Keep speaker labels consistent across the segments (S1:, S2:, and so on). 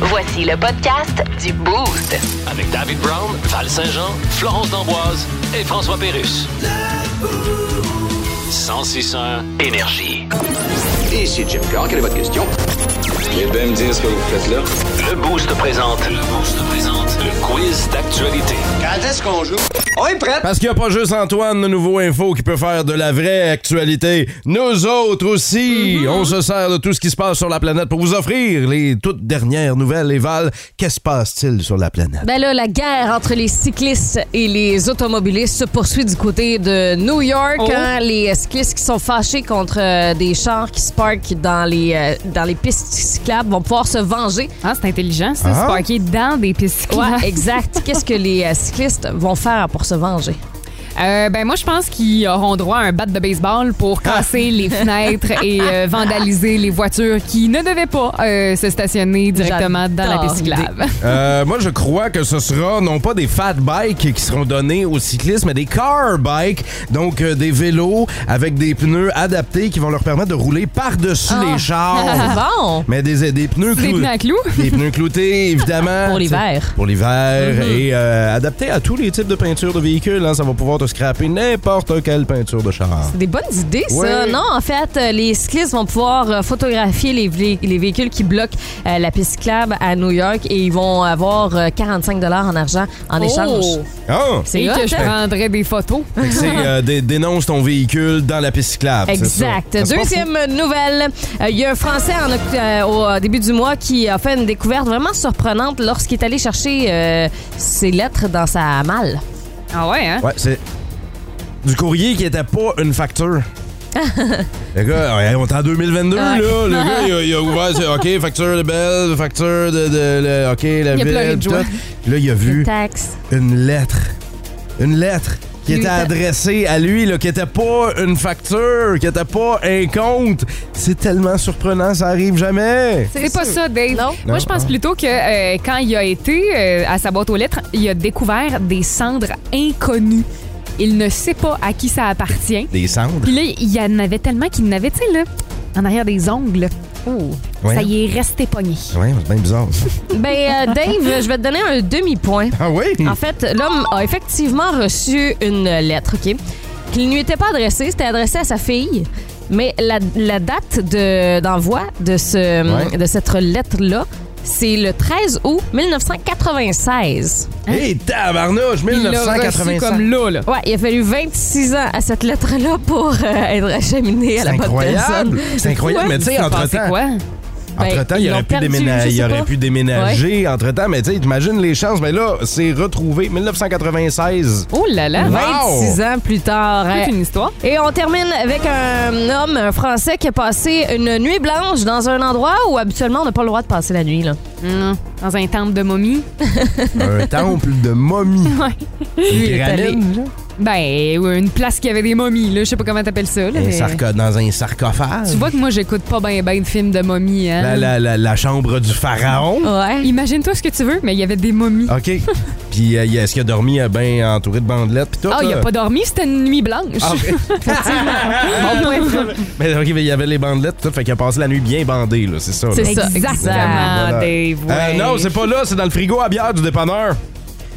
S1: Voici le podcast du Boost.
S2: Avec David Brown, Val Saint-Jean, Florence D'Amboise et François Pérus. 1061 énergie.
S3: Ici Jim Carr, quelle est votre question?
S4: Eh bien me dire ce que vous faites là.
S2: Le boost présente. Le boost présente le quiz d'actualité.
S3: Quand est-ce qu'on joue? On est prêt!
S5: Parce qu'il n'y a pas juste Antoine de Nouveau Info qui peut faire de la vraie actualité. Nous autres aussi, on se sert de tout ce qui se passe sur la planète pour vous offrir les toutes dernières nouvelles. Et Val, qu'est-ce qui se passe-t-il sur la planète?
S6: Ben là, la guerre entre les cyclistes et les automobilistes se poursuit du côté de New York.
S5: Oh.
S6: hein. les cyclistes qui sont fâchés contre euh, des chars qui se parkent dans les, euh, dans les pistes cyclables vont pouvoir se venger.
S7: Ah, c'est intelligent, ça. Se parquer dans des pistes cyclables.
S6: Ouais, exact. Qu'est-ce que les euh, cyclistes vont faire pour se venger?
S7: Euh, ben moi, je pense qu'ils auront droit à un bat de baseball pour casser les fenêtres et euh, vandaliser les voitures qui ne devaient pas euh, se stationner directement dans la piste
S6: J'adore
S7: cyclable.
S5: Euh, moi, je crois que ce sera non pas des fat bikes qui seront donnés aux cyclistes, mais des car bikes, donc euh, des vélos avec des pneus adaptés qui vont leur permettre de rouler par-dessus les chars.
S6: Ah. Bon!
S5: Mais des, des pneus
S7: Des
S5: clou-
S7: pneus à clous?
S5: Des pneus cloutés, évidemment.
S6: Pour l'hiver.
S5: Pour l'hiver.
S7: Mm-hmm.
S5: Et euh, adapté à tous les types de peinture de véhicules. hein. ça va pouvoir te scraper n'importe quelle peinture de char.
S6: C'est des bonnes idées, ça.
S5: Oui.
S6: Non, en fait, euh, les cyclistes vont pouvoir euh, photographier les, vé- les véhicules qui bloquent euh, la piste cyclable à New York et ils vont avoir euh, 45 en argent en échange.
S5: Oh!
S6: C'est
S7: Oh! Et
S6: hot,
S7: que je
S6: hein?
S7: prendrais des photos.
S5: Fait que c'est euh, dé- dénonce ton véhicule dans la piste cyclable. c'est ça.
S6: Exact.
S5: Ça, c'est pas
S6: Deuxième nouvelle. Euh, Il y a un Français en oct- euh, au euh, début du mois qui a fait une découverte vraiment surprenante lorsqu'il est allé chercher euh, ses lettres dans sa malle.
S7: Ah ouais, hein?
S5: fou. Ouais, c'est du courrier qui était pas une facture. le gars, ouais, on est en 2022, là. Le gars, il a, il a ouvert, c'est OK, facture de Belle, facture de. de- le- OK, la
S7: Il a pleuré de
S5: tout.
S7: joie.
S5: Là, il a vu.
S6: Taxe.
S5: une lettre. Une lettre qui
S6: Lui,
S5: était
S6: t'as-
S5: adressée à lui, là, qui était pas une facture, qui était pas un compte. C'est tellement surprenant, ça arrive jamais.
S7: C'est pas ça, Dave.
S6: Non.
S7: Moi, je pense plutôt que euh, quand il a été euh, à sa boîte aux lettres, il a découvert des cendres inconnues. Il ne sait pas à qui ça appartient.
S5: Des cendres.
S7: Puis là, il y en avait tellement qu'il n'avait, tu sais, là, en arrière des ongles. Oh,
S5: Ouais.
S7: ça y est resté pogné.
S5: Ouais, c'est bien bizarre. ça.
S6: Ben, euh, Dave, je vais te donner un demi-point.
S5: ah oui?
S6: En fait, l'homme a effectivement reçu une lettre, OK? Qui ne lui était pas adressée, c'était adressé à sa fille. Mais la, la date de- d'envoi de, ce,
S5: Ouais.
S6: de cette lettre-là, c'est le 13 août 1996.
S5: Hey, tabarnouche,
S7: Il l'a reçu
S5: 1985.
S7: comme là, là.
S6: Ouais, il a fallu 26 ans à cette lettre-là pour euh, être acheminée à
S5: C'est
S6: la bonne personne.
S5: incroyable. C'est incroyable, mais tu sais,
S7: C'est
S5: entre-temps,
S7: quoi?
S6: Ben,
S5: Entre-temps,
S6: ils
S5: il, aurait
S6: l'ont
S5: pu,
S6: perdu,
S5: déménager,
S6: je sais
S5: il aurait
S6: pas.
S5: pu déménager. Entre-temps, mais tu sais, imagine les chances. Mais là, c'est retrouvé 1996.
S7: Oh là là!
S5: Ouais. Wow!
S6: 26 ans plus tard. hein.
S7: C'est une histoire.
S6: Et on termine avec un homme, un Français, qui a passé une nuit blanche dans un endroit où habituellement on n'a pas le droit de passer la nuit. Là.
S7: Dans un temple de momie.
S5: Un temple de momies. Une
S6: est allé.
S5: pyramide, là.
S7: Ben, ou une place qui avait des momies, là. Je sais pas comment t'appelles ça, là.
S5: Un
S7: mais-
S5: sarco- Dans un sarcophage.
S7: Tu vois que moi, j'écoute pas ben ben de films de momies, hein.
S5: La, la- la- la chambre du pharaon.
S6: Ouais.
S7: Imagine-toi ce que tu veux, mais il y avait des momies.
S5: OK. Puis euh, y a- est-ce qu'il a dormi euh, ben entouré de bandelettes puis tout?
S7: Ah, il
S5: là?
S7: a pas dormi, c'était une nuit blanche.
S5: Ah, OK.
S7: Bon point.
S5: Mais OK, mais il y avait les bandelettes tout, fait qu'il a passé la nuit bien bandé, là, c'est ça. là.
S6: C'est ça,
S7: Exactement,
S5: Voilà.
S7: Dave.
S5: Euh,
S7: ouais.
S5: non, c'est pas là, c'est dans le frigo à bière du dépanneur.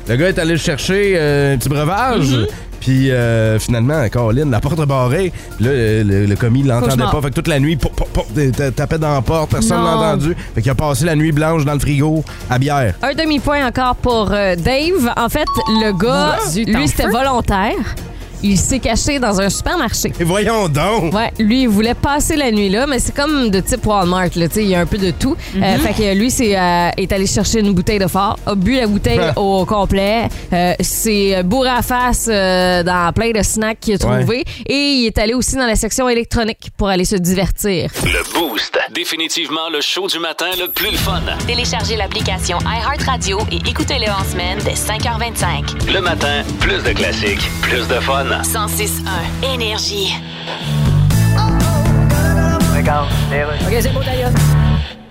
S5: Le gars est allé chercher euh, un petit breuvage.
S7: Mhm.
S5: Puis euh, finalement, Caroline, la porte barrée. Puis Là, le, le- le commis l'entendait
S7: Cauchemar.
S5: pas. Fait que toute la nuit, pop, pop, pop, t- tapait dans la porte. Personne
S7: Non.
S5: l'a entendu. Fait qu'il a passé la nuit blanche dans le frigo à bière.
S6: Un demi-point encore pour euh, Dave. En fait, le gars,
S7: Ouais. Zut, en
S6: lui, c'était
S7: feu.
S6: volontaire. Il s'est caché dans un supermarché.
S5: Et voyons donc!
S6: Ouais, lui, il voulait passer la nuit là, mais c'est comme de type Walmart, là, tu sais, il y a un peu de tout.
S5: Mhm.
S6: Euh, fait que lui, c'est, euh, est allé chercher une bouteille de phare, a bu la bouteille
S5: Ben.
S6: au complet, euh, s'est bourré à face euh, dans plein de snacks qu'il a trouvé et il est allé aussi dans la section électronique pour aller se divertir.
S2: Le Boost. Définitivement le show du matin le plus le fun.
S1: Téléchargez l'application iHeartRadio et écoutez-le en semaine dès 5h25.
S2: Le matin, plus de classiques, plus de fun.
S1: 106.1 Énergie.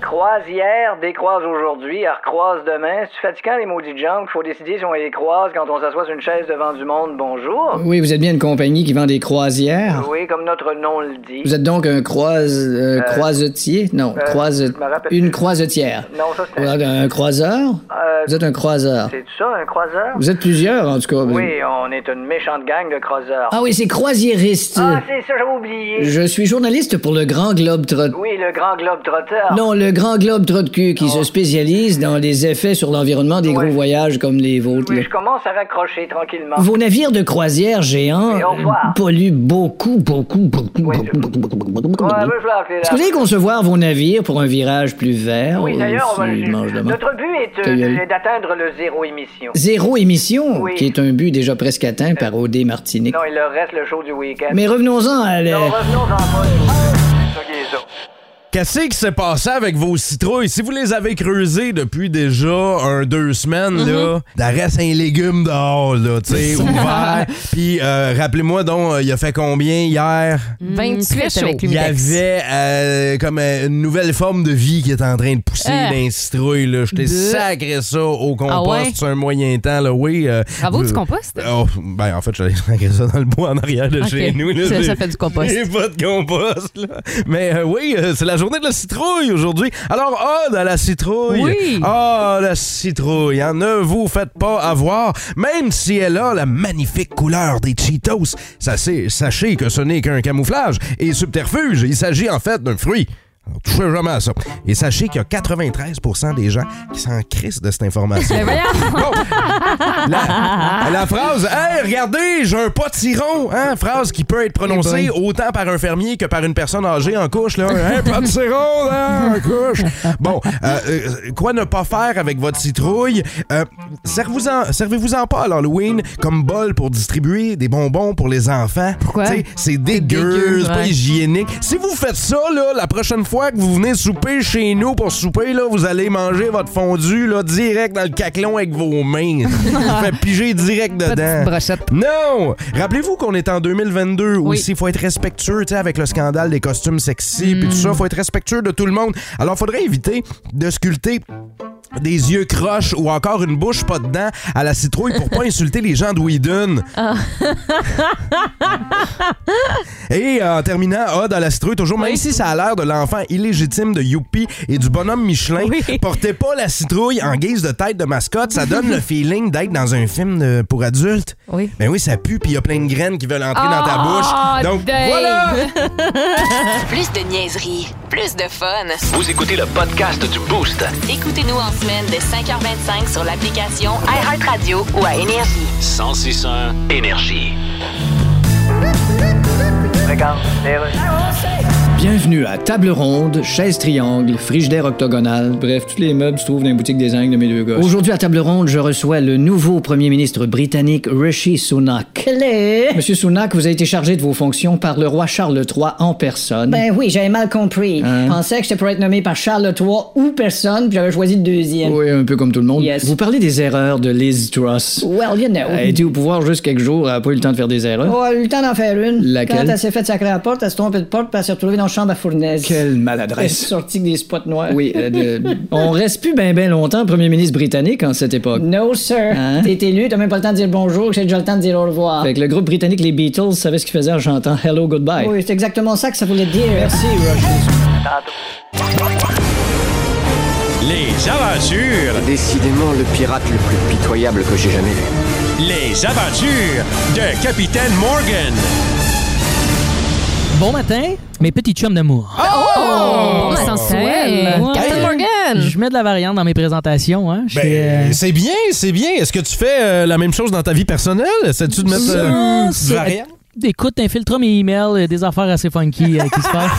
S8: Croise hier, décroise aujourd'hui, elle recroise demain. C'est fatigant les maudits jambes qu'il faut décider si on les croise quand on s'assoit sur une chaise devant du monde. Bonjour.
S9: Oui, vous êtes bien une compagnie qui vend des croisières.
S8: Oui, comme notre nom le dit. euh,
S9: Vous êtes donc un croise, euh, croisetier? Non, croise,
S8: je me rappelle
S9: une
S8: plus.
S9: croisetière.
S8: Non, ça
S9: Vous
S8: c'est.
S9: êtes un croiseur?
S8: Euh,
S9: Vous êtes un croiseur.
S8: c'est ça, un croiseur?
S9: Vous êtes plusieurs, en tout cas.
S8: Oui, on est une méchante gang de croiseurs.
S9: Ah oui, c'est croisiériste.
S8: Ah, c'est ça, j'avais oublié.
S9: Je suis journaliste pour le Grand Globe Trotteur.
S8: Oui, le grand globe trotteur.
S9: Non, le Grand Globe Trot cul qui se spécialise dans les effets sur l'environnement des
S8: Ouais.
S9: gros voyages comme les vôtres.
S8: Oui,
S9: là.
S8: je commence à raccrocher tranquillement.
S9: Vos navires de croisière géants
S8: Et au revoir.
S9: euh, polluent beaucoup, beaucoup, beaucoup,
S8: Oui, je-
S9: beaucoup, beaucoup, beaucoup, beaucoup, beaucoup.
S8: Ouais, mais je vais appeler là.
S9: Est-ce que vous allez concevoir vos navires pour un virage plus vert?
S8: Oui, d'ailleurs, on va-
S9: euh, si je mange demain?
S8: notre but est
S9: Ta gueule.
S8: euh, d'atteindre le zéro émission.
S9: Zéro émission,
S8: Oui. Euh,
S9: qui est un but déjà presque atteint par O.D. Martinique.
S8: Non, il leur reste le show du week-end.
S9: Mais revenons-en à... la-
S8: Non, revenons en mode. Ça qui est ça.
S5: Qu'est-ce qui s'est passé avec vos citrouilles? Si vous les avez creusées depuis déjà un, deux semaines, là, il en reste un légume dehors, là, tu sais, ouvert. Puis, euh, rappelez-moi donc, euh, il a fait combien hier?
S6: 28
S7: très
S6: avec
S7: chaud.
S5: Mhm. Il y
S6: Lumitex.
S5: avait euh, comme euh, une nouvelle forme de vie qui est en train de pousser
S6: Ah.
S5: dans les citrouilles, là. Je t'ai
S6: Bleu.
S5: sacré ça au compost
S6: Ah ouais?
S5: sur un moyen temps, là, oui. euh,
S7: Bravo du
S5: euh,
S7: compost.
S5: Oh, ben en fait, j'allais sacrer ça dans le bois en arrière de
S6: Ok.
S5: chez nous. là.
S6: Ça-
S5: J'ai-
S6: ça fait du compost.
S5: j'ai pas de compost, là. Mais euh, oui, euh, c'est la journée de la citrouille aujourd'hui. Alors, ode à la citrouille.
S6: Oui.
S5: Ah, la citrouille, hein, ne vous faites pas avoir, même si elle a la magnifique couleur des Cheetos. Ça, c'est- sachez que ce n'est qu'un camouflage et subterfuge. Il s'agit en fait d'un fruit. Alors, Touchez jamais à ça. Et sachez qu'il y a 93 des gens qui s'en crissent de cette information.
S6: Ben
S5: Bon. la, la phrase Hey, regardez, j'ai un potiron hein, Phrase qui peut être prononcée autant par un fermier que par une personne âgée en couche. Là. Hey, potiron, là, en couche. Bon, euh, euh, quoi ne pas faire avec votre citrouille Euh, servez-vous-en- Servez-vous-en pas à l'Halloween comme bol pour distribuer des bonbons pour les enfants.
S7: Pourquoi?
S5: Tu sais, C'est dégueu,
S6: dégueu,
S5: c'est pas
S6: ouais.
S5: hygiénique. Si vous faites ça, là, la prochaine fois que vous venez souper chez nous pour souper, là, vous allez manger votre fondue là, direct dans le caclon avec vos mains. vous faites piger direct
S7: Pas de petite
S5: dedans.
S7: brochette.
S5: Non! Rappelez-vous qu'on est en 2022
S6: Oui.
S5: aussi. Faut être respectueux, tu sais, avec le scandale des costumes sexy puis tout
S7: Mm.
S5: ça. Faut être respectueux de tout le monde. Alors, faudrait éviter de sculpter des yeux croches ou encore une bouche pas dedans à la citrouille pour pas insulter les gens de Whedon. Et euh, en terminant, Odd à la citrouille, toujours, même si ça a l'air de l'enfant illégitime de Youpi et du bonhomme Michelin, portez pas la citrouille en guise de tête de mascotte. Ça donne le feeling d'être dans un film de- pour adultes.
S6: Oui.
S5: Ben oui, ça pue, puis il y a plein de graines qui veulent entrer dans ta
S7: Ah,
S5: bouche. Donc,
S7: Dave!
S5: voilà!
S1: Plus de niaiserie, plus de fun.
S2: Vous écoutez le podcast du Boost.
S1: Écoutez-nous en semaine dès 5h25 sur l'application iHeartRadio ou à Énergie.
S2: 1061 Énergie.
S9: Bienvenue à Table Ronde, Chaise Triangle, Frigidaire Octogonal. Bref, tous les meubles se trouvent dans les boutiques des angles de mes deux gars. Aujourd'hui à Table Ronde, je reçois le nouveau premier ministre britannique Rishi Sunak. Monsieur Sunak, vous avez été chargé de vos fonctions par le roi Charles III en personne.
S10: Ben oui, j'avais mal compris.
S9: Hein?
S10: Je pensais que j'étais pour être nommé par Charles III ou personne, puis j'avais choisi le deuxième.
S9: Oui, un peu comme tout le monde.
S10: Yes.
S9: Vous parlez des erreurs de Liz Truss.
S10: Well, you know.
S9: Elle a été au pouvoir juste quelques jours, elle n'a pas eu le temps de faire des erreurs.
S10: Oh, elle a eu le temps d'en faire une.
S9: Laquelle?
S10: Quand elle s'est fait sacrer à la porte, elle s'est trompée de porte, puis elle s'est retrouvée dans la chambre à fournaise.
S9: Quelle
S10: Elle est
S9: maladresse.
S10: sortie avec des spots noirs.
S9: Oui, euh, de- on reste plus bien ben longtemps premier ministre britannique en cette époque.
S10: No, sir.
S9: Hein?
S10: T'es élu, t'as même pas le temps de dire bonjour, j'ai déjà le temps de dire au revoir.
S9: Fait que le groupe britannique Les Beatles savait ce qu'ils faisaient en chantant Hello Goodbye.
S10: Oui, c'est exactement ça que ça voulait dire. Merci,
S11: Les aventures,
S3: Décidément le pirate le plus pitoyable que j'ai jamais vu.
S11: les aventures de Capitaine Morgan.
S10: Bon matin, mes petits chums d'amour.
S6: Oh, sensuel.
S7: Hey.
S6: Captain
S5: Hey.
S6: Morgan. fun!
S12: Je mets de la variante dans mes présentations. Hein. Je
S5: Ben,
S12: suis, euh,
S5: C'est bien, c'est bien. Est-ce que tu fais euh, la même chose dans ta vie personnelle? Essaies-tu de mettre
S12: Ça,
S5: euh, du
S12: c'est-
S5: variant?
S12: Écoute, t'infiltres mes emails, euh, des affaires assez funky euh, qui se passent.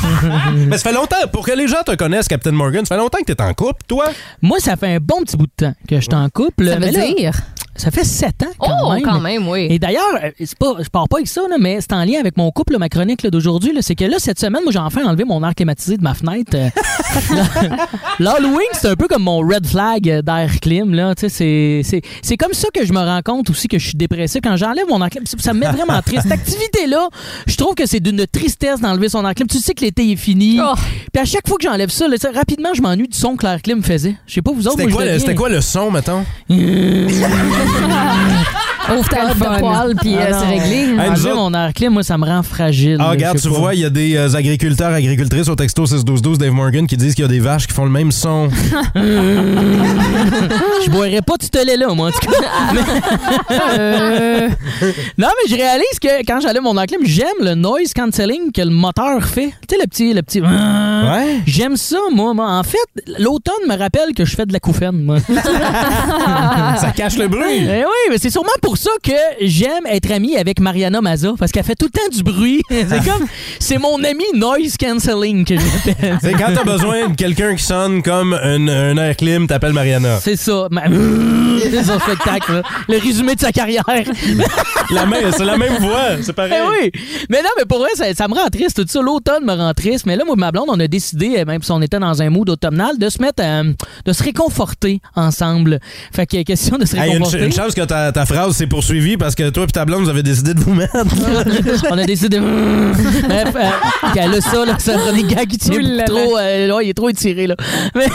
S5: Mais ça fait longtemps, pour que les gens te connaissent, Captain Morgan, ça fait longtemps que t'es en couple, toi?
S12: Moi, ça fait un bon petit bout de temps que je suis en couple.
S6: Ça veut
S12: mais là,
S6: dire?
S12: Ça fait sept ans quand
S6: Oh,
S12: même.
S6: quand même, oui.
S12: Et d'ailleurs, euh, c'est pas, je pars pas avec ça, là, mais c'est en lien avec mon couple, là, ma chronique là, d'aujourd'hui. là, C'est que là, cette semaine, moi, j'ai enfin enlevé mon air climatisé de ma fenêtre. Euh, là, L'Halloween, c'est un peu comme mon red flag euh, d'air clim. Là, tu sais, c'est, c'est, c'est comme ça que je me rends compte aussi que je suis dépressé. Quand j'enlève mon air clim, ça- ça me met vraiment triste. Cette activité-là, je trouve que c'est d'une tristesse d'enlever son air clim. Tu sais que l'été est fini. Puis à chaque fois que j'enlève ça, là, tu sais, rapidement, je m'ennuie du son que l'air clim faisait. Je sais pas, vous autres,
S5: C'était
S12: moi, je
S5: quoi, le-
S12: deviens-
S5: c'était quoi le son, mettons?
S12: Ouvre
S6: ta lettre de poêle, puis, euh, c'est réglé.
S12: Hey, nous Enlever
S5: autres-
S12: mon air clim, moi, ça me rend fragile.
S5: Ah,
S12: là,
S5: regarde,
S12: je sais
S5: tu
S12: pas.
S5: vois, il y a des euh, agriculteurs, agricultrices au texto 61212 Dave Morgan qui disent qu'il y a des vaches qui font le même son.
S12: Je boirais pas de ce lait-là, moi, en tout cas. Mais- Euh, Non, mais je réalise que quand j'allais mon air clim, j'aime le noise cancelling que le moteur fait. Tu sais, le petit... Le petit... Hein? J'aime ça, moi, moi. En fait, l'automne me rappelle que je fais de la couffaine, moi. Ah.
S5: Ça cache le bruit.
S12: Eh oui, mais c'est sûrement pour ça que j'aime être ami avec Mariana Maza, parce qu'elle fait tout le temps du bruit. C'est comme, c'est mon ami noise cancelling que j'appelle.
S5: C'est quand t'as besoin de quelqu'un qui sonne comme un, un air clim, t'appelles Mariana.
S12: C'est ça. ma- C'est son spectacle, là. le résumé de sa carrière.
S5: La même- c'est la même voix, c'est pareil.
S12: Eh oui. Mais non, mais pour vrai, ça, ça me rend triste tout ça. L'automne me rend triste. Mais là, moi, et ma blonde, on a décidé, euh, même si on était dans un mood automnal, de se mettre, euh, de se réconforter ensemble. Fait que euh, question de se
S5: Hey, une, ch-
S12: réconforter.
S5: une chance que ta, ta phrase s'est poursuivie parce que toi et ta blonde, vous avez décidé de vous mettre.
S12: on a décidé. Bref, euh, qu'elle a ça, là, ça prend des gars qui
S7: Ouh là là.
S12: trop. euh, ouais, il est trop étiré, là. Mais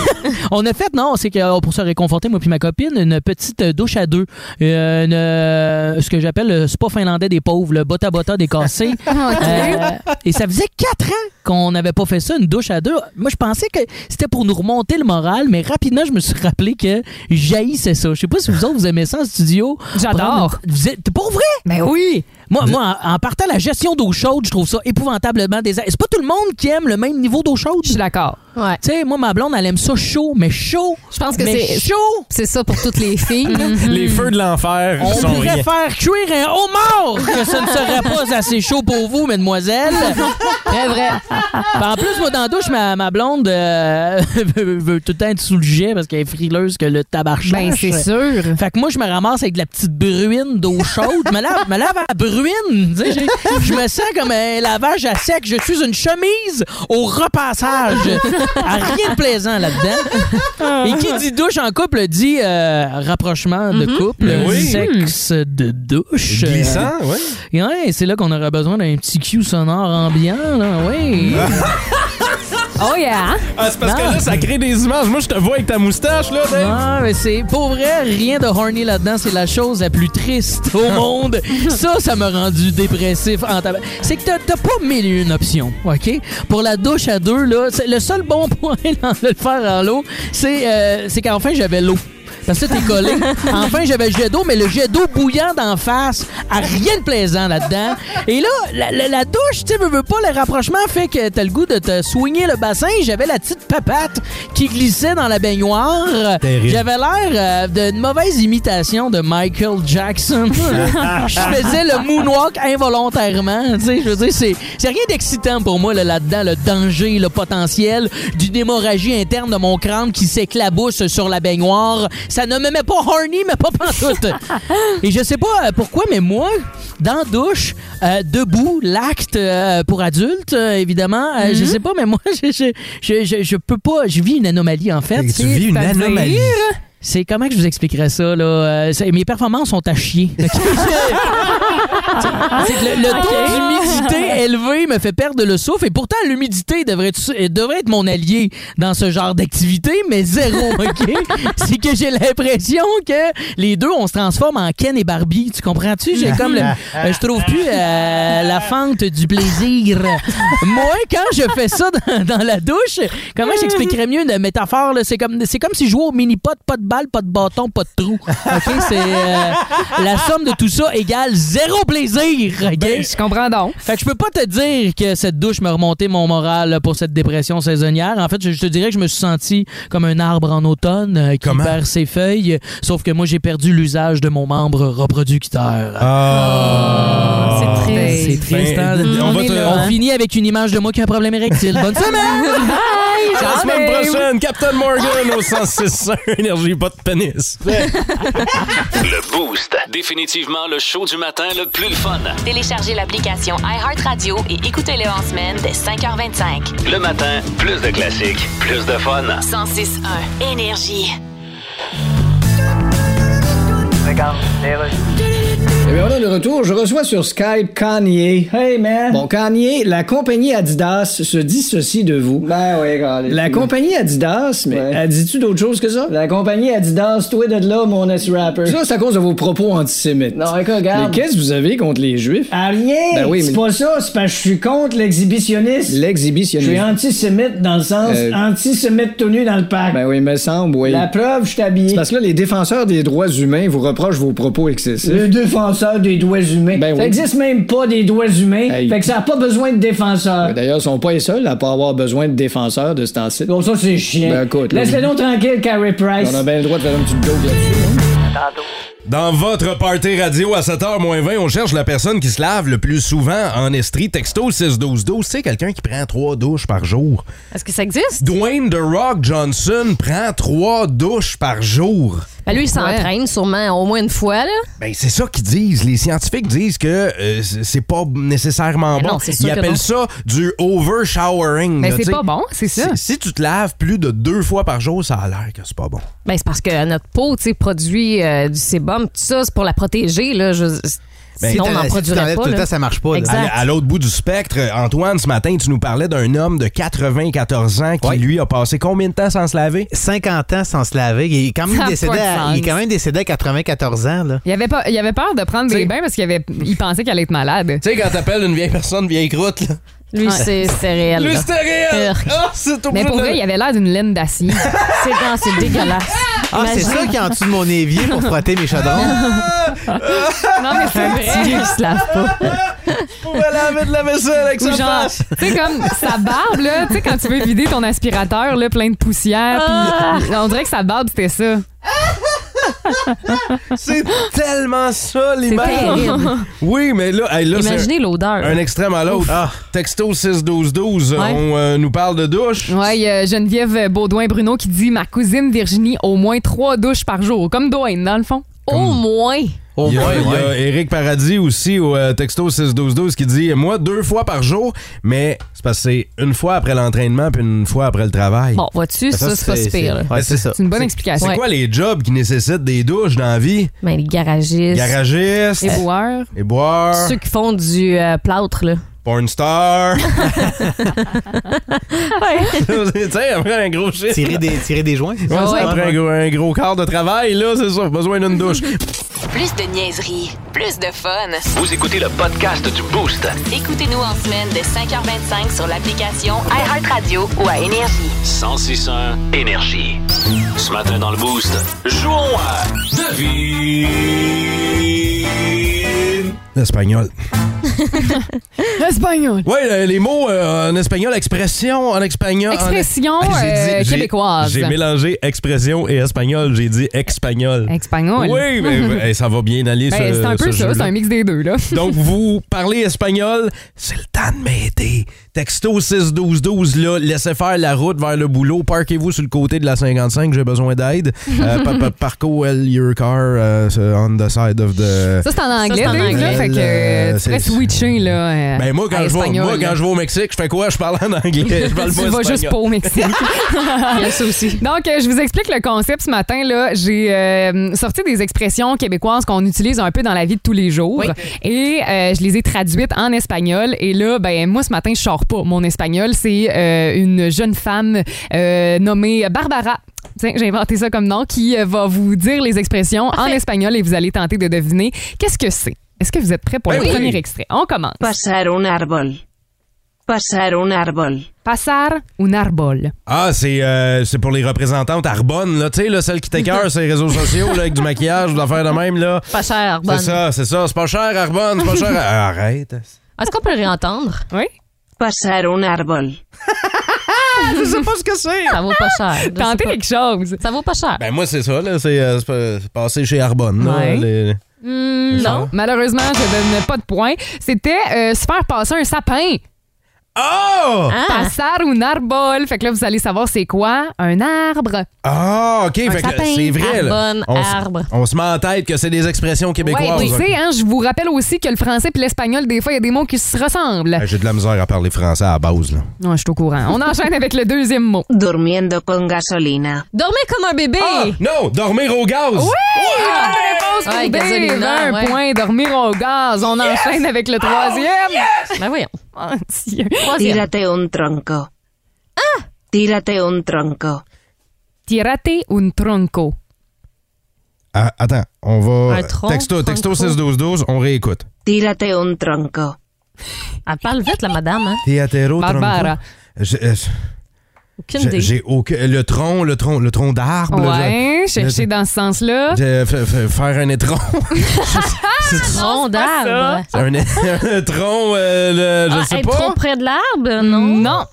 S12: on a fait, non, c'est que euh, pour se réconforter, moi puis ma copine, une petite euh, douche à deux. Euh, une, euh, ce que j'appelle le spa finlandais des pauvres, le bota bota des cassés. Euh, et ça faisait quatre ans qu'on n'avait pas fait ça, une douche à deux. Moi, je pensais que c'était pour nous remonter le moral, mais rapidement, je me suis rappelé que jaillissait ça. Je sais pas si vous autres, vous aimez ça en studio. J'adore. Vous êtes pour vrai?
S6: ben
S12: Mais oui! Moi, moi en, en partant la gestion d'eau chaude, je trouve ça épouvantablement désert. C'est pas tout le monde qui aime le même niveau d'eau chaude. Je suis d'accord. Tu sais, moi, ma blonde, elle aime ça chaud, mais chaud.
S6: Je pense que
S12: mais
S6: c'est
S12: chaud.
S6: C'est ça pour toutes les filles.
S5: Les feux de l'enfer
S12: Mhm. On
S5: sont
S12: pourrait
S5: rien.
S12: faire cuire un homard que ce ne serait pas assez chaud pour vous, mademoiselle. Très vrai. en plus, moi, dans la douche, ma, ma blonde euh, veut, veut tout le temps être sous le jet parce qu'elle est frileuse que le tabarche.
S7: Ben, c'est
S12: sûr. Fait que moi, je me ramasse avec de la petite bruine d'eau chaude. Je me lave, me lave à la bruine. Tu sais, j'ai- Je me sens comme un lavage à sec. Je suis une chemise au repassage. À rien de plaisant là-dedans. Et qui dit douche en couple dit euh, rapprochement de couple,
S5: Ben oui.
S12: sexe de douche.
S5: Glissant,
S12: Euh, ouais, c'est là qu'on aurait besoin d'un petit cue sonore ambiant, là, oui.
S6: oh yeah!
S5: Ah, c'est parce que là, ça crée des images. Moi, je te vois avec ta moustache, là, Dave.
S12: Non, mais c'est pour vrai, rien de horny là-dedans. C'est la chose la plus triste au monde. ça, ça m'a rendu dépressif. en tabac. C'est que t'as t'as pas mille et une options, OK? Pour la douche à deux, là, c'est- le seul bon point dans le faire en l'eau, c'est euh, c'est qu'enfin, j'avais l'eau. Parce que là, t'es collé. Enfin, j'avais le jet d'eau, mais le jet d'eau bouillant d'en face, a rien de plaisant là-dedans. Et là, la, la- la douche, tu sais, veux, veux pas, le rapprochement fait que t'as le goût de te soigner le bassin. J'avais la petite papate qui glissait dans la baignoire.
S5: Terrible.
S12: J'avais l'air euh, d'une mauvaise imitation de Michael Jackson. Je faisais le moonwalk involontairement. Tu sais, je veux dire, c'est c'est rien d'excitant pour moi là, là-dedans, le danger, le potentiel d'une hémorragie interne de mon crâne qui s'éclabousse sur la baignoire. Ça ne me met pas horny, mais pas pantoute. Et je sais pas euh, pourquoi, mais moi, dans la douche, euh, debout, l'acte euh, pour adultes, euh, évidemment, euh, je sais pas, mais moi, je, je, je, je- je peux pas, je vis une anomalie en fait.
S5: Tu
S12: C'est-
S5: vis une
S12: c'est-à-dire-
S5: anomalie.
S12: C'est comment que je vous expliquerais ça, là? Euh, c'est- mes performances sont à chier. C'est que le, le taux d'humidité élevé me fait perdre le souffle et pourtant l'humidité devrait être, euh, devrait être mon allié dans ce genre d'activité, mais zéro, OK? C'est que j'ai l'impression que les deux, on se transforme en Ken et Barbie. Tu comprends-tu? J'ai comme le- euh, Je trouve plus euh, la fente du plaisir. Moi, quand je fais ça dans, dans la douche, comment j'expliquerais mieux une métaphore? là? C'est comme, c'est comme si je jouais au mini-pot, pas de balle, pas de bâton, pas de trou. OK? C'est, euh, la somme de tout ça égale zéro plaisir. OK? je
S7: comprends donc.
S12: Fait que je peux pas te dire que cette douche m'a remonté mon moral là, pour cette dépression saisonnière. En fait, je, je te dirais que je me suis senti comme un arbre en automne euh, qui perd ses feuilles, euh, sauf que moi, j'ai perdu l'usage de mon membre reproducteur.
S5: Ah.
S12: C'est triste. C'est triste.
S5: Ben,
S12: hein?
S5: on
S12: on,
S5: va te-
S12: on finit avec une image de moi qui a un problème érectile. Bonne semaine!
S6: ben
S5: À
S12: Ah,
S5: la semaine
S12: ben
S5: prochaine, Captain Morgan au 106 Énergie, pas de pénis.
S2: Le Boost. Définitivement le show du matin le plus le fun.
S1: Téléchargez l'application iHeartRadio et écoutez-le en semaine dès 5h25.
S2: Le matin, plus de classiques, plus de fun.
S1: 106.1 Énergie.
S9: Eh bien, voilà le retour. Je reçois sur Skype Kanye. Hey, man. Bon, Kanye, la compagnie Adidas se dissocie de vous. Ben oui, La compagnie Adidas, mais dis-tu d'autre chose que ça? La compagnie Adidas, toi de là, mon S-rapper. Ça, c'est à cause de vos propos antisémites. Non,
S10: regarde.
S9: Mais qu'est-ce que vous avez contre les Juifs?
S10: Ah, rien!
S9: Ben oui,
S10: c'est
S9: mais-
S10: pas ça, c'est parce que je suis contre l'exhibitionniste. Je
S9: L'exhibitionniste.
S10: suis antisémite dans le sens
S9: Euh,
S10: antisémite tout nu dans le parc.
S9: Ben oui, me semble, oui.
S10: La preuve, je t'habille.
S9: C'est parce que là, les défenseurs des droits humains vous reprochent vos propos excessifs.
S10: Le défenseur des doigts humains.
S9: Ben
S10: ça
S9: oui.
S10: existe même pas des doigts humains.
S9: Hey.
S10: Fait que ça n'a pas besoin de défenseur.
S9: Ben, D'ailleurs, ils sont pas les seuls à pas avoir besoin de défenseurs de ce temps-ci.
S10: Bon, ça, c'est chiant.
S9: Ben, écoute, là,
S10: Laisse-le donc tranquille, Carrie Price.
S9: on a bien le droit de faire un petit joke là-dessus.
S5: Dans votre party radio à 7h moins 20, on cherche la personne qui se lave le plus souvent en estrie. Texto 6-12-12, c'est quelqu'un qui prend trois douches par jour.
S13: Est-ce que ça existe?
S5: Dwayne The Rock Johnson prend trois douches par jour.
S6: Ben lui, il s'entraîne sûrement au moins une fois. Là.
S5: Ben, c'est ça qu'ils disent. Les scientifiques disent que euh, c- c'est pas nécessairement
S6: Ben
S5: bon.
S6: non, c'est sûr
S5: Ils
S6: que
S5: appellent
S6: non.
S5: ça du overshowering.
S6: Ben,
S5: là,
S6: c'est
S5: tu sais.
S6: pas bon, c'est ça.
S5: Si, si tu te laves plus de deux fois par jour, ça a l'air que c'est pas bon.
S6: Ben, c'est parce que notre peau tu sais, produit euh, du sébum, tout ça, c'est pour la protéger. Là, je-
S5: Ben,
S6: sinon,
S5: si
S6: on n'en
S5: t'en- si
S6: produirait
S5: t'enlèves
S6: pas.
S5: tout le
S6: là.
S5: temps, ça marche pas, là.
S6: Exact.
S5: À, à l'autre bout du spectre, euh, Antoine, ce matin, tu nous parlais d'un homme de 94 ans qui, lui, a passé combien de temps sans se laver?
S14: 50 ans sans se laver. Il est quand
S7: Ça
S14: même,
S7: a
S14: décédé,
S7: pas de
S14: à,
S7: sens.
S14: il est quand même décédé à 94 ans. Là.
S7: Il avait, pas, il avait peur de prendre des bains parce qu'il avait, il pensait qu'elle allait être malade.
S5: Tu sais, quand t'appelles une vieille personne vieille croûte, là.
S6: Lui, c'est c'est réel.
S7: Lui,
S6: là.
S7: c'était réel.
S5: Ah,
S6: Urk.
S7: Mais pour vrai, il avait l'air d'une laine d'acier.
S6: C'est non, c'est dégueulasse.
S14: Ah, c'est
S6: Imagine.
S14: ça qui est en dessous de mon évier pour frotter mes chaudrons.
S7: non, mais c'est
S14: Un
S7: vrai.
S14: petit vieux qui se lave
S5: pouvait laver de la vaisselle avec sa
S7: Ou genre,
S5: face.
S7: Tu sais, comme sa barbe, là, tu sais, quand tu veux vider ton aspirateur, là, plein de poussière, puis
S10: Ah!
S7: on dirait que sa barbe, c'était ça.
S5: C'est tellement ça, les
S7: C'est
S5: bains.
S7: terrible.
S5: Oui, mais là, hey, là c'est
S6: Imaginez
S5: un-
S6: l'odeur.
S5: Un extrême à l'autre.
S6: Ouf.
S5: Texto 6-12-12,
S7: Ouais.
S5: on euh, nous parle de douche.
S7: Ouais, il y a Geneviève Baudouin-Bruno qui dit Ma cousine Virginie, au moins trois douches par jour. Comme Dwayne, dans le fond.
S6: Au moins.
S5: Il y a,
S14: moins,
S5: il y a
S14: ouais.
S5: Éric Paradis aussi au euh, texto 6-12-12 qui dit Moi, deux fois par jour, mais c'est parce que c'est une fois après l'entraînement puis une fois après le travail.
S6: Bon, vois-tu, ça, c'est pas si pire, là.
S5: Ouais, c'est ça.
S6: C'est une bonne explication.
S5: C'est
S6: Ouais.
S5: quoi les jobs qui nécessitent des douches dans la vie
S6: Ben, les garagistes.
S5: Garagistes.
S6: Éboueurs.
S5: Et boire.
S6: Ceux qui font du euh, plâtre, là.
S5: Pornstar. tu sais, après un gros shit.
S14: Tirer des, tirer des joints.
S5: Ouais, ça,
S14: Ouais.
S5: après un gros, un gros quart de travail, là, c'est ça, besoin d'une douche.
S1: Plus de niaiserie, plus de fun.
S2: Vous écoutez le podcast du Boost.
S1: Écoutez-nous en semaine dès 5h25 sur l'application iHeartRadio ou à Énergie.
S2: 1061 Énergie. Ce matin dans le Boost, jouons à Devine.
S5: L'espagnol.
S7: Espagnol.
S5: Oui, les mots euh, en espagnol, expression en espagnol. en-
S7: Expression,
S5: J'ai dit-
S7: euh,
S5: j'ai-
S7: québécoise.
S5: J'ai mélangé expression et espagnol, j'ai dit espagnol.
S7: Espagnol.
S5: Oui, mais hey, ça va bien aller.
S7: Eh, oh Ben,
S5: ce-
S7: c'est un peu
S5: ce
S7: ça,
S5: jeu-là.
S7: c'est un mix des deux, là.
S5: Donc, vous parlez espagnol, c'est le temps de m'aider. Texto 6-12-12, là, laissez faire la route vers le boulot. Parquez-vous sur le côté de la 55, j'ai besoin d'aide. Euh, pa- pa- parco el your car euh, on the side of the...
S7: Ça, c'est en anglais,
S5: en
S7: Dave, là.
S5: anglais.
S7: Fait que
S5: Euh,
S7: euh, tu serais
S5: c'est-
S7: switché, là. euh,
S5: Ben, moi,
S7: à
S5: quand, je vais,
S7: espagnol,
S5: moi,
S7: là.
S5: quand je vais au Mexique, je fais quoi? Je parle en anglais. Je parle
S7: tu
S5: pas
S7: vas
S5: espagnol.
S7: juste pas au Mexique.
S6: Il y a ça aussi.
S7: Donc, euh, je vous explique le concept ce matin. là. J'ai euh, sorti des expressions québécoises qu'on utilise un peu dans la vie de tous les jours. Et euh, je les ai traduites en espagnol. Et là, ben moi, ce matin, je sors pas mon espagnol. C'est euh, une jeune femme euh, nommée Barbara. Tiens, j'ai inventé ça comme nom, qui euh, va vous dire les expressions en espagnol et vous allez tenter de deviner qu'est-ce que c'est. Est-ce que vous êtes prêts pour
S15: Ben
S7: le
S15: oui.
S7: premier extrait? On commence.
S15: Pasar un árbol.
S13: Pasar un árbol.
S7: Pasar un árbol.
S5: Ah, c'est euh, c'est pour les représentantes Arbonne, là, tu sais, là, celle qui t'écœure sur les réseaux sociaux, là, avec du maquillage, de l'affaire de même, là.
S6: Pas cher, Arbonne.
S5: C'est ça, c'est ça. C'est pas cher, Arbonne, c'est pas cher. Ah, Arrête.
S6: Est-ce qu'on peut le réentendre?
S7: Oui.
S13: Pasar un árbol.
S6: je sais pas ce que c'est. Ça vaut pas cher.
S7: Tentez quelque chose.
S6: Ça vaut pas cher.
S5: Ben, moi, c'est ça, là. C'est euh, c'est pas- c'est passé chez Arbonne, là,
S7: Ouais.
S5: les-
S7: Hmm,
S5: Ça
S7: non,
S5: va?
S7: malheureusement, je donne pas de points. C'était euh, se faire passer un sapin.
S5: Oh!
S6: Ah!
S7: Hein? Passar un arbol. Fait que là, vous allez savoir c'est quoi un arbre.
S5: Ah, OK,
S7: Un
S5: fait que
S7: sapin,
S5: c'est vrai. là.
S7: Arbonne,
S5: on, se-
S7: arbre.
S5: on se met en tête que c'est des expressions
S7: Ouais,
S5: québécoises.
S7: puis tu
S5: OK.
S7: sais, hein, je vous rappelle aussi que le français et l'espagnol, des fois, il y a des mots qui se ressemblent.
S5: Ah, J'ai de la misère à parler français à la base. Là.
S7: Non, je suis au courant. On enchaîne avec le deuxième mot.
S13: Durmiendo con gasolina.
S6: Dormez comme un bébé.
S5: Ah! Non, dormir au gaz!
S7: Oui!
S6: Ouais!
S7: Oh! Bonne réponse,
S6: Ouais,
S7: Dave.
S6: gasolina,
S7: Un
S6: ouais.
S7: point, dormir au gaz. On enchaîne avec le troisième. Oh,
S6: Ben voyons.
S7: Troisième.
S13: Tírate un tronco. Ah! Tírate un tronco.
S7: Tirate un tronco.
S5: Ah, attends, on va.
S13: Un tronc,
S5: texto, texto
S13: tronc,
S5: 6-12-12, on réécoute.
S13: Tírate un tronco.
S6: Elle parle vite, la madame. Hein?
S5: Théatéro,
S6: Barbara. Aucune idée.
S5: euh, J'ai aucun. Le tronc, le tronc, le tronc d'arbre. là,
S7: Ouais,
S5: je-
S7: cherchez dans ce sens-là.
S5: je- f- f- Faire un étron.
S6: Ah, Tronc d'arbre.
S5: un, é- un tronc, euh, le- je
S6: Ah,
S5: sais
S6: être
S5: pas.
S6: trop près de l'arbre, non?
S7: Non.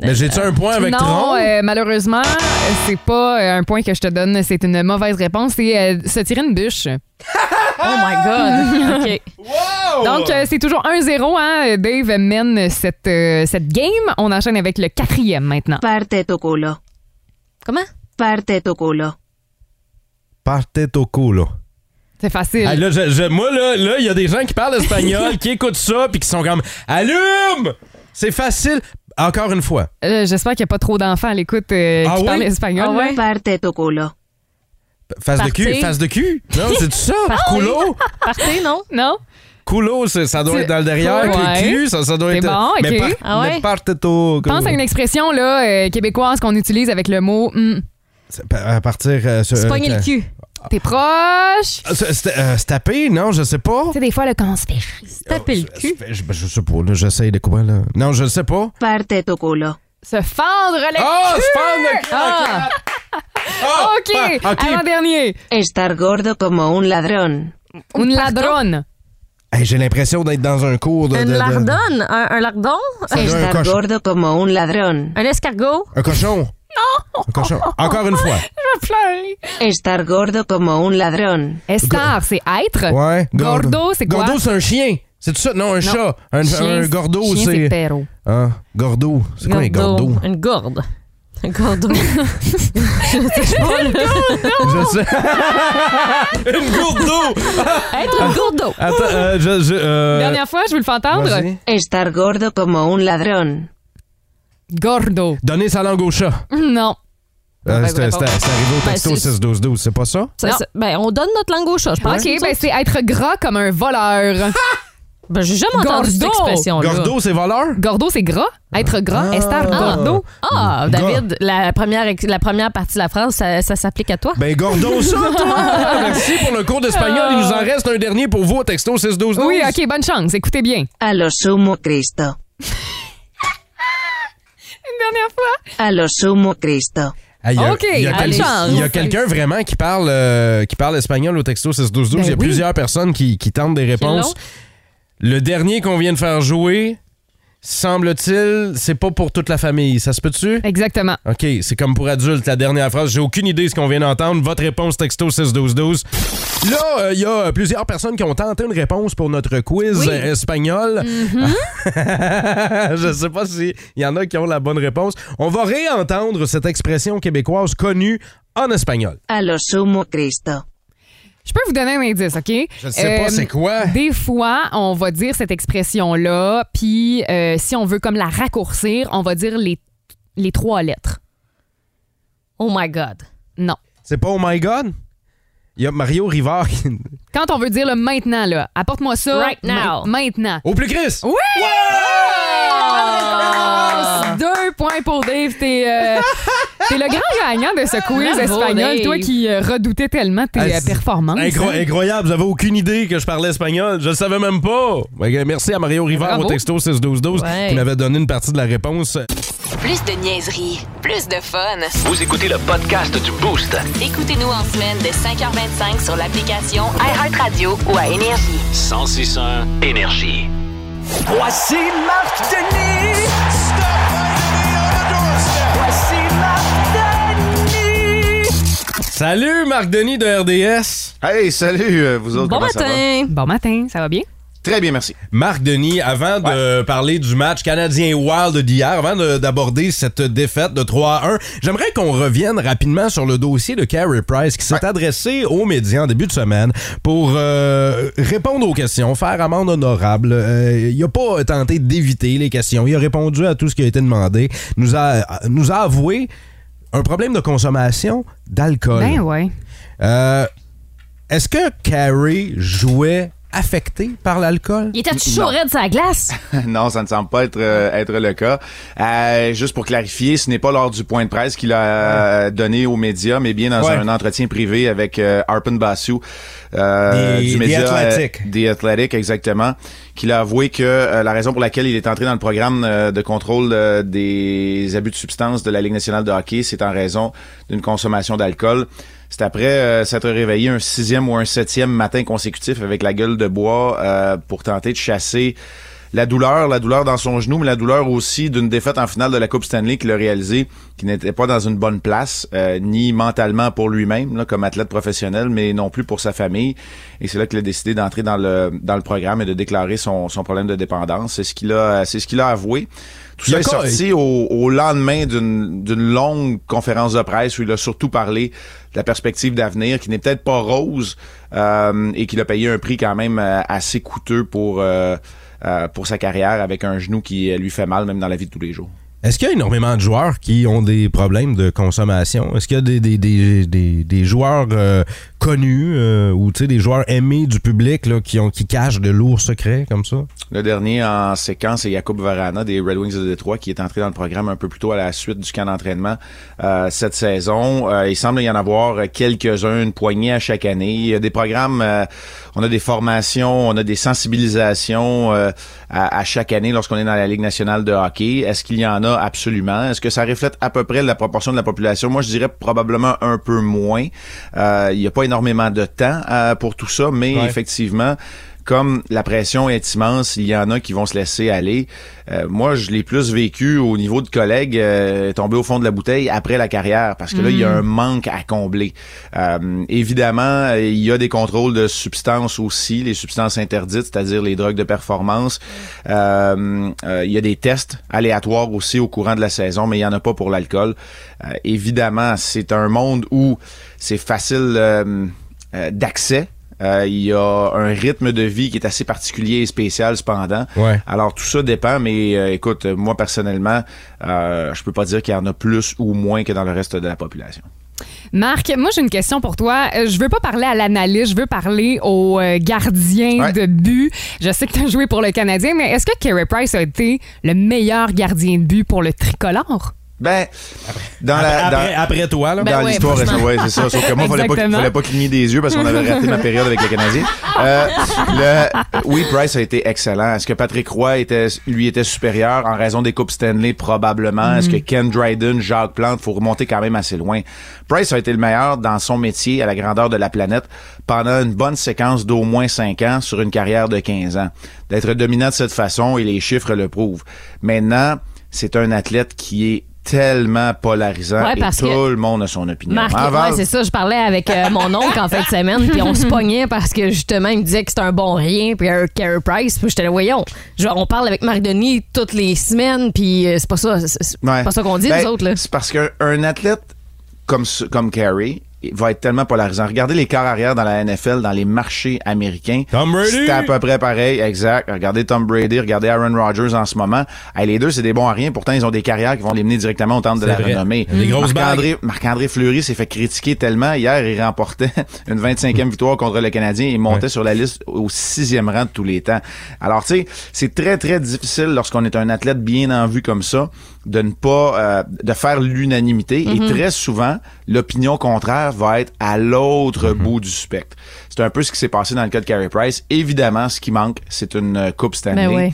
S5: Mais j'ai-tu un point avec
S7: non,
S5: tronc?
S7: euh, malheureusement, euh, c'est pas euh, un point que je te donne. C'est une mauvaise réponse. C'est euh, se tirer une bûche.
S6: Oh my God. OK.
S7: Donc, euh, c'est toujours 1-0. Hein? Dave mène cette, euh, cette game. On enchaîne avec le quatrième maintenant.
S13: Parte tu culo.
S6: ¿Cómo?
S13: Parte tu culo.
S5: Partez au cou, là.
S7: C'est facile.
S5: Ah, là, je- je- moi, là, là, il y a des gens qui parlent espagnol, qui écoutent ça, puis qui sont comme Allume! C'est facile. Encore une fois.
S7: Euh, J'espère qu'il n'y a pas trop d'enfants à l'écoute euh,
S5: Ah
S7: qui
S5: oui?
S7: parlent espagnol.
S5: Ah
S7: là.
S5: ouais?
S13: Parte tu culo.
S5: Face de cul,
S7: Partez.
S5: face de cul. Non, c'est ça.
S7: Partez.
S5: Coulo.
S6: Partez, non?
S7: Non?
S5: Coulo, c'est- ça doit
S7: C'est-
S5: être dans le derrière. avec
S7: Ouais.
S5: Le cul, ça, ça doit
S7: C'est
S5: être.
S7: bon, ok.
S5: Mais, par-
S7: Ah ouais?
S5: mais parte au-
S7: Pense à une expression là, euh, québécoise qu'on utilise avec le mot hmm.
S5: C'est pa- À partir. euh, sur- euh,
S7: T'es proche.
S5: Ah, c'est- c'est- euh, se taper, non, je sais pas.
S7: Tu sais, des fois, là, quand on se fait chier.
S6: Se taper le cul.
S5: Je, ben, je sais pas, là, j'essaye de quoi, là. Non, je sais pas.
S13: Parte tu culo.
S7: Se fendre le
S5: Ah,
S7: cul!
S5: se fendre le cul!
S7: Ah. OK.
S13: ah, ok.
S7: Avant-dernier.
S13: Estar gordo como un ladrón.
S7: Un ladrone.
S5: Hey, J'ai l'impression d'être dans un cours de. de- de-
S6: Un, un lardon?
S5: Ça doit un
S13: Estar
S5: cochon.
S13: gordo como un ladrón.
S6: Un escargot.
S5: Un cochon.
S6: Non!
S5: Un cochon. Encore une fois.
S13: Estar gordo como un ladrón.
S7: Estar, c'est être.
S5: Ouais.
S7: Gordo, c'est quoi?
S5: Gordo, c'est un chien. C'est tout ça? Non, un chat. Un,
S6: Chien,
S5: un gordo,
S6: chien,
S5: c'est.
S6: c'est perro.
S5: Ah, gordo. C'est quoi un gordo?
S6: Une gourde. Un gordo.
S5: Je sais. une gourde d'eau!
S6: Être un gourdeau.
S5: Attends, euh, je. je euh,
S7: Dernière fois, je vous le fais entendre.
S5: vas-y.
S13: Estar gordo como un ladrón.
S7: Gordo.
S5: Donner sa langue au chat.
S7: Non.
S5: Euh,
S7: ben,
S5: C'était
S7: vous
S5: c'était-
S7: répondez.
S5: c'est arrivé au
S7: Ben,
S5: texto
S7: c'est-
S5: 6-12-12, c'est pas ça?
S6: Ça, ça- ben, on donne notre langue au chat, je pense.
S7: OK, ben c'est être gras comme un voleur.
S5: Ah,
S6: Ben, j'ai jamais entendu cette expression-là.
S5: Gordo, c'est voleur?
S7: Gordo, c'est gras. Être gras, Estar Gordo.
S6: Ah, David, la première, ex- la première partie de la phrase, ça, ça s'applique à toi.
S5: Ben, gordo, ça, toi! Merci pour le cours d'espagnol. Il nous en reste un dernier pour vous au texto 6-12-12.
S7: Oui, OK, bonne chance. Écoutez bien.
S13: A lo sumo Cristo.
S7: Une dernière fois.
S13: A lo sumo Cristo.
S5: Ah, Il y a,
S13: OK,
S5: il y a quel-
S13: allez.
S5: il y a quelqu'un vraiment qui parle, euh, qui parle espagnol au texto 6-12-12.
S13: Ben
S5: il y a
S13: oui.
S5: plusieurs personnes qui, qui tentent des réponses. Le dernier qu'on vient de faire jouer, semble-t-il, c'est pas pour toute la famille. Ça se peut-tu?
S7: Exactement.
S5: OK, c'est comme pour adultes, la dernière phrase. J'ai aucune idée de ce qu'on vient d'entendre. Votre réponse texto 6-12-12. Là, euh, il y a plusieurs personnes qui ont tenté une réponse pour notre quiz
S11: Oui.
S5: euh, espagnol.
S13: Mm-hmm.
S5: Je sais pas s'il y en a qui ont la bonne réponse. On va réentendre cette expression québécoise connue en espagnol.
S13: A lo sumo Cristo.
S7: Je peux vous donner un indice, OK? Euh,
S5: Je sais pas c'est quoi.
S7: Des fois, on va dire cette expression-là, puis euh, si on veut comme la raccourcir, on va dire les, les trois lettres.
S6: Oh my God.
S7: Non.
S5: C'est pas Oh my God? Il y a Mario Rivard qui.
S7: Quand on veut dire le maintenant, là, apporte-moi ça.
S6: Right now.
S7: ma- Maintenant.
S5: Au plus Chris!
S7: Oui! Ah! Bonne réponse! Deux points pour Dave. T'es, euh, T'es le grand gagnant de ce quiz
S6: Bravo,
S7: espagnol,
S6: Dave.
S7: toi qui euh, redoutais tellement tes
S5: Ah,
S7: euh,
S5: c'est
S7: performances.
S5: incro-
S7: hein.
S5: incroyable, vous avez aucune idée que je parlais espagnol. Je le savais même pas. Ben, Merci à Mario Rivard
S1: Bravo.
S5: au texto 61212
S1: Ouais.
S5: qui m'avait donné une partie de la réponse.
S1: Plus de niaiserie, plus de fun.
S2: Vous écoutez le podcast du Boost.
S1: Écoutez-nous en semaine de 5h25 sur l'application iHeartRadio ou à Énergie.
S2: 1061 Énergie.
S15: Voici Marc Denis. Voici Marc Denis.
S5: Salut Marc Denis de RDS.
S16: Hey, salut euh, vous autres.
S7: Bon
S16: comment ça va?
S7: matin. Bon matin, ça va bien?
S16: Très bien, merci.
S5: Marc Denis, avant de parler du match canadien Wild d'hier, avant de- d'aborder cette défaite de 3 à 1, j'aimerais qu'on revienne rapidement sur le dossier de Carey Price qui s'est adressé aux médias en début de semaine pour euh, répondre aux questions, faire amende honorable. Euh, il n'a pas tenté d'éviter les questions. Il a répondu à tout ce qui a été demandé. Nous a, nous a avoué un problème de consommation d'alcool.
S7: Ben ouais.
S5: Euh, Est-ce que Carey jouait affecté par l'alcool?
S6: Il était
S16: Non.
S6: toujours raide sa glace.
S16: non, ça ne semble pas être, euh, être le cas. Euh, juste pour clarifier, ce n'est pas lors du point de presse qu'il a euh, donné aux médias, mais bien dans
S5: Ouais.
S16: un entretien privé avec euh, Arpan Basu euh,
S5: Des-
S16: du
S5: des
S16: média euh,
S5: Athletic.
S16: des Athletic, exactement, qu'il a avoué que euh, la raison pour laquelle il est entré dans le programme euh, de contrôle euh, des abus de substances de la Ligue nationale de hockey, c'est en raison d'une consommation d'alcool. C'est après euh, s'être réveillé un sixième ou un septième matin consécutif avec la gueule de bois euh, pour tenter de chasser la douleur, la douleur dans son genou, mais la douleur aussi d'une défaite en finale de la Coupe Stanley qu'il a réalisé, qui n'était pas dans une bonne place, euh, ni mentalement pour lui-même, là, comme athlète professionnel, mais non plus pour sa famille. Et c'est là qu'il a décidé d'entrer dans le, dans le programme et de déclarer son, son problème de dépendance. C'est ce qu'il a, c'est ce qu'il a avoué. Tout
S5: Il
S16: ça
S5: a
S16: est
S5: quoi-
S16: sorti au, au lendemain d'une d'une longue conférence de presse où il a surtout parlé de la perspective d'avenir qui n'est peut-être pas rose euh, et qu'il a payé un prix quand même euh, assez coûteux pour euh, euh, pour sa carrière avec un genou qui euh, lui fait mal même dans la vie de tous les jours.
S5: Est-ce qu'il y a énormément de joueurs qui ont des problèmes de consommation? Est-ce qu'il y a des, des, des, des, des joueurs euh, connus euh, ou tu sais, des joueurs aimés du public là, qui, ont, qui cachent de lourds secrets comme ça?
S16: Le dernier en séquence est Jakub Varana des Red Wings de Détroit qui est entré dans le programme un peu plus tôt à la suite du camp d'entraînement euh, cette saison. Euh, il semble y en avoir euh, quelques-uns, une poignée à chaque année. Il y a des programmes, euh, on a des formations, on a des sensibilisations euh, à, à chaque année lorsqu'on est dans la Ligue nationale de hockey. Est-ce qu'il y en a absolument? Est-ce que ça reflète à peu près la proportion de la population? Moi, je dirais probablement un peu moins. Euh, il n'y a pas énormément de temps euh, pour tout ça, mais
S5: Ouais.
S16: effectivement, comme la pression est immense, il y en a qui vont se laisser aller. Euh, moi, je l'ai plus vécu au niveau de collègues euh, tombés au fond de la bouteille après la carrière, parce que là, il y a
S5: Mm.
S16: un manque à combler. Euh, évidemment, euh, il y a des contrôles de substances aussi, les substances interdites, c'est-à-dire les drogues de performance. Euh, euh, il y a des tests aléatoires aussi au courant de la saison, mais il n'y en a pas pour l'alcool. Euh, évidemment, c'est un monde où c'est facile euh, euh, d'accès. Euh, il y a un rythme de vie qui est assez particulier et spécial cependant.
S5: Ouais.
S16: Alors tout ça dépend, mais euh, écoute, euh, moi personnellement, euh, je peux pas dire qu'il y en a plus ou moins que dans le reste de la population.
S7: Marc, moi j'ai une question pour toi. Euh, Je veux pas parler à l'analyste, je veux parler au euh, gardien de but. Je sais que tu as joué pour le Canadien, mais est-ce que Carey Price a été le meilleur gardien de but pour le tricolore?
S16: Ben, dans la,
S5: Après-
S16: dans-
S5: après- après toi,
S16: dans
S5: là. Ben ouais,
S16: l'histoire,
S5: franchement.
S16: ouais, c'est ça. Sauf que moi, fallait pas,
S5: Exactement.
S16: fallait pas cligner des yeux parce qu'on avait raté ma période avec les Canadiens. Euh, le- euh, oui, Price a été excellent. Est-ce que Patrick Roy était, lui était supérieur en raison des coupes Stanley probablement. Est-ce que
S5: Mhm.
S16: Ken Dryden, Jacques Plante, faut remonter quand même assez loin. Price a été le meilleur dans son métier à la grandeur de la planète pendant une bonne séquence d'au moins 5 ans sur une carrière de 15 ans. D'être dominant de cette façon et les chiffres le prouvent. Maintenant, c'est un athlète qui est tellement polarisant
S6: Ouais,
S16: et
S6: parce
S16: tout
S6: que-
S16: le monde a son opinion.
S6: Marc,
S16: Hein, Val?
S6: ouais, c'est ça. Je parlais avec euh, mon oncle en fin de semaine, puis on se pognait parce que justement, il me disait que c'était un bon rien, puis un Carey Price, puis j'étais là, voyons. Genre, on parle avec Marc Denis toutes les semaines, puis euh, c'est pas ça, c'est c'est
S16: Ouais.
S6: pas ça qu'on dit,
S16: Ben,
S6: nous autres, là.
S16: C'est parce qu'un un athlète comme, ce- comme Carey il va être tellement polarisant. Regardez les quarts arrière dans la NFL, dans les marchés américains. Tom
S5: Brady!
S16: C'est à peu près pareil, exact. Regardez Tom Brady, regardez Aaron Rodgers en ce moment. Hey, les deux, c'est des bons à rien. Pourtant, ils ont des carrières qui vont les mener directement au temple de
S5: C'est
S16: la
S5: vrai.
S16: renommée.
S5: Des grosses
S16: Marc-André Marc-André Fleury s'est fait critiquer tellement. Hier, il remportait une 25e victoire contre le Canadien et montait sur la liste au sixième rang de tous les temps. Alors, tu sais, c'est très, très difficile lorsqu'on est un athlète bien en vue comme ça de ne pas euh, de faire l'unanimité
S17: Mhm.
S16: et très souvent l'opinion contraire va être à l'autre
S18: Mhm.
S16: bout du spectre. C'est un peu ce qui s'est passé dans le cas de Carey Price. Évidemment, ce qui manque, c'est une euh, coupe cette
S18: Ben
S16: année.
S18: ouais.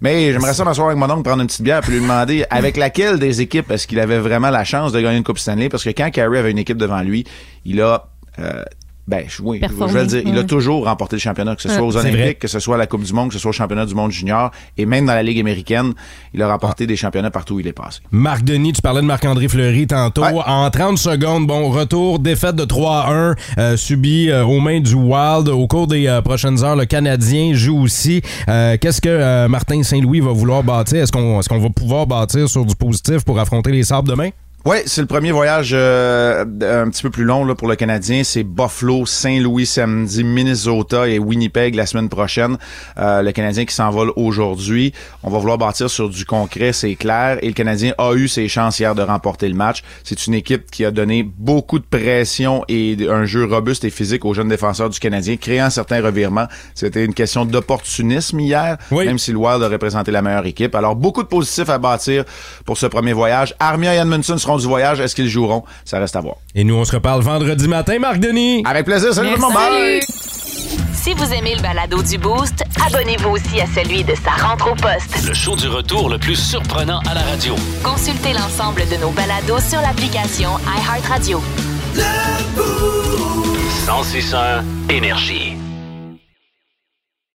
S16: Mais j'aimerais ça m'asseoir avec mon oncle, prendre une petite bière, puis lui demander avec laquelle des équipes est-ce qu'il avait vraiment la chance de gagner une Coupe Stanley, parce que quand Carey avait une équipe devant lui, il a, euh, ben, je- oui,
S17: Performé,
S16: je vais le dire, il a
S17: ouais.
S16: toujours remporté le championnat, que ce soit
S17: Ouais.
S16: aux
S17: C'est vrai.
S16: Olympiques, que ce soit à la Coupe du Monde, que ce soit au championnat du monde junior, et même dans la Ligue américaine, il a remporté
S17: Ah.
S16: des championnats partout où il est passé.
S5: Marc Denis, tu parlais de Marc-André Fleury tantôt. En 30 secondes, bon, retour, défaite de 3-1 euh, subie euh, aux mains du Wild. Au cours des euh, prochaines heures, le Canadien joue aussi. Euh, Qu'est-ce que euh, Martin Saint-Louis va vouloir bâtir? Est-ce qu'on est qu'on va pouvoir bâtir sur du positif pour affronter les Sables demain?
S16: Oui, c'est le premier voyage euh, un petit peu plus long là, pour le Canadien. C'est Buffalo, Saint-Louis samedi, Minnesota et Winnipeg la semaine prochaine. Euh, le Canadien qui s'envole aujourd'hui. On va vouloir bâtir sur du concret, c'est clair. Et le Canadien a eu ses chances hier de remporter le match. C'est une équipe qui a donné beaucoup de pression et un jeu robuste et physique aux jeunes défenseurs du Canadien, créant certains revirements. C'était une question d'opportunisme hier, même si le Wild a représenté la meilleure équipe. Alors, beaucoup de positifs à bâtir pour ce premier voyage. Armia et Edmondson seront du voyage. Est-ce qu'ils joueront? Ça reste à voir.
S5: Et nous, on se reparle vendredi matin, Marc Denis.
S16: Avec plaisir. Salut tout le monde. Bye.
S1: Si vous aimez le balado du Boost, abonnez-vous aussi à celui de sa rentre au poste.
S2: Le show du retour le plus surprenant à la radio.
S1: Consultez l'ensemble de nos balados sur l'application iHeartRadio.
S2: 106 énergie.